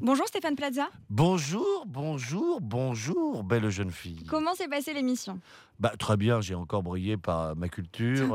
Bonjour Stéphane Plaza, Bonjour, bonjour, bonjour, belle jeune fille. comment s'est passée l'émission Bah, très bien, j'ai encore brillé par ma culture,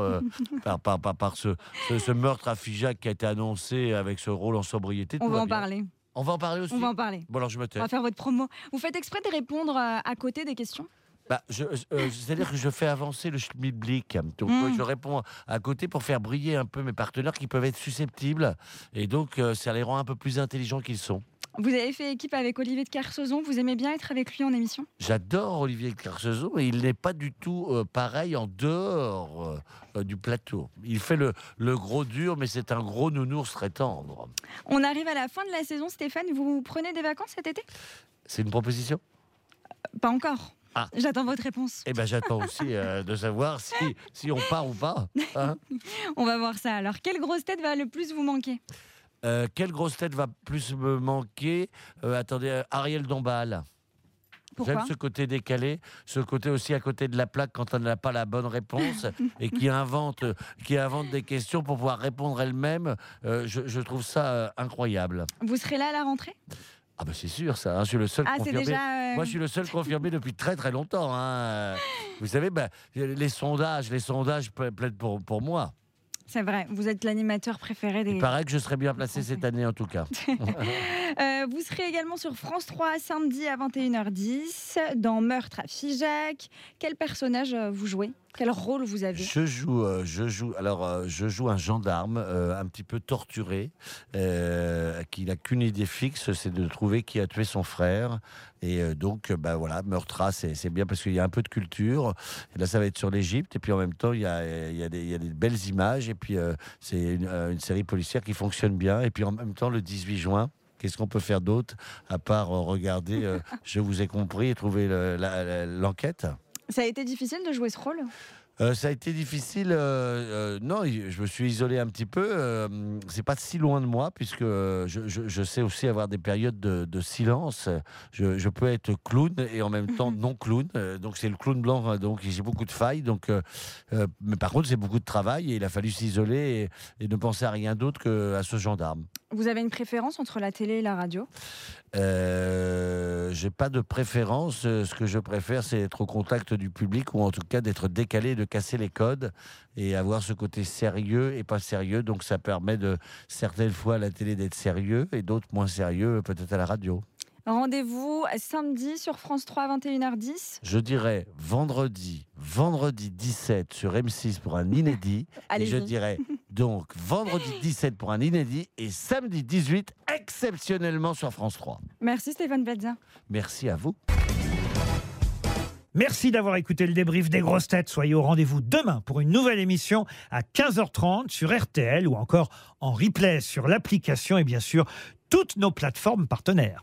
euh, par, par, par, par ce, ce, ce meurtre à Figeac qui a été annoncé avec ce rôle en sobriété. On tout va en bien. parler, On va en parler aussi on va en parler. Bon, alors je me On tais. va faire votre promo. Vous faites exprès de répondre euh, à côté des questions Bah, je- euh, C'est-à-dire que je fais avancer le schmilblick. Donc, Mm. Je réponds à côté pour faire briller un peu mes partenaires qui peuvent être susceptibles. Et donc, euh, ça les rend un peu plus intelligents qu'ils sont. Vous avez fait équipe avec Olivier de Carsozon, vous aimez bien être avec lui en émission J'adore Olivier Carcezon et il n'est pas du tout euh, pareil en dehors euh, euh, du plateau. Il fait le, le gros dur, mais c'est un gros nounours très tendre. On arrive à la fin de la saison, Stéphane, vous prenez des vacances cet été C'est une proposition Pas encore. Ah. J'attends votre réponse. Eh bien, j'attends aussi euh, de savoir si, si on part ou pas. hein. On va voir ça. Alors, quelle grosse tête va le plus vous manquer Euh, quelle grosse tête va plus me manquer Euh, Attendez, euh, Ariel Dombal. J'aime Pourquoi ce côté décalé, ce côté aussi à côté de la plaque quand on n'a pas la bonne réponse et qui invente, qui invente des questions pour pouvoir répondre elle-même. Euh, je, je trouve ça euh, incroyable. Vous serez là à la rentrée Ah ben c'est sûr ça, hein, je suis le seul Ah, c'est confirmé. déjà... euh, Moi je suis le seul confirmé depuis très très longtemps. hein. Vous savez, ben, les sondages, les sondages pla- plaident pour, pour moi. C'est vrai, vous êtes l'animateur préféré Il des... paraît que je serais bien placé Français. cette année en tout cas. Euh, vous serez également sur France 3 samedi à 21h10 dans Meurtre à Figeac. Quel personnage euh, vous jouez Quel rôle vous avez Je joue, euh, je joue. Alors, euh, je joue un gendarme euh, un petit peu torturé, euh, qui n'a qu'une idée fixe, c'est de trouver qui a tué son frère. Et euh, donc, euh, bah voilà, Meurtra, c'est c'est bien parce qu'il y a un peu de culture. Et là, ça va être sur l'Égypte. Et puis en même temps, il y a, il y a des, il y a des belles images. Et puis, euh, c'est une, euh, une série policière qui fonctionne bien. Et puis en même temps, le 18 juin. Qu'est-ce qu'on peut faire d'autre à part euh, regarder euh, Je vous ai compris et trouver le- la- la- l'enquête Ça a été difficile de jouer ce rôle euh, ça a été difficile. euh, euh, non, il- je me suis isolé un petit peu. euh, c'est pas si loin de moi, puisque euh, je, je- je sais aussi avoir des périodes de, de silence. Je, je peux être clown et en même temps non clown. Euh, donc c'est le clown blanc, hein, donc j'ai beaucoup de failles. Donc, euh, euh, mais par contre, c'est beaucoup de travail et il a fallu s'isoler et, et ne penser à rien d'autre qu'à ce gendarme. Vous avez une préférence entre la télé et la radio Euh, j'ai pas de préférence. Euh, Ce que je préfère, c'est être au contact du public ou en tout cas d'être décalé, de casser les codes et avoir ce côté sérieux et pas sérieux. Donc ça permet de certaines fois à la télé d'être sérieux et d'autres moins sérieux, euh, peut-être à la radio. Rendez-vous samedi sur France 3 à 21h10. Je dirais vendredi, vendredi 17 sur M6 pour un inédit. et je Allez-y. dirais donc vendredi 17 pour un inédit et samedi 18 exceptionnellement sur France 3. Merci Stéphane Plaza. Merci à vous. Merci d'avoir écouté le débrief des grosses têtes. Soyez au rendez-vous demain pour une nouvelle émission à 15h30 sur RTL ou encore en replay sur l'application et bien sûr toutes nos plateformes partenaires.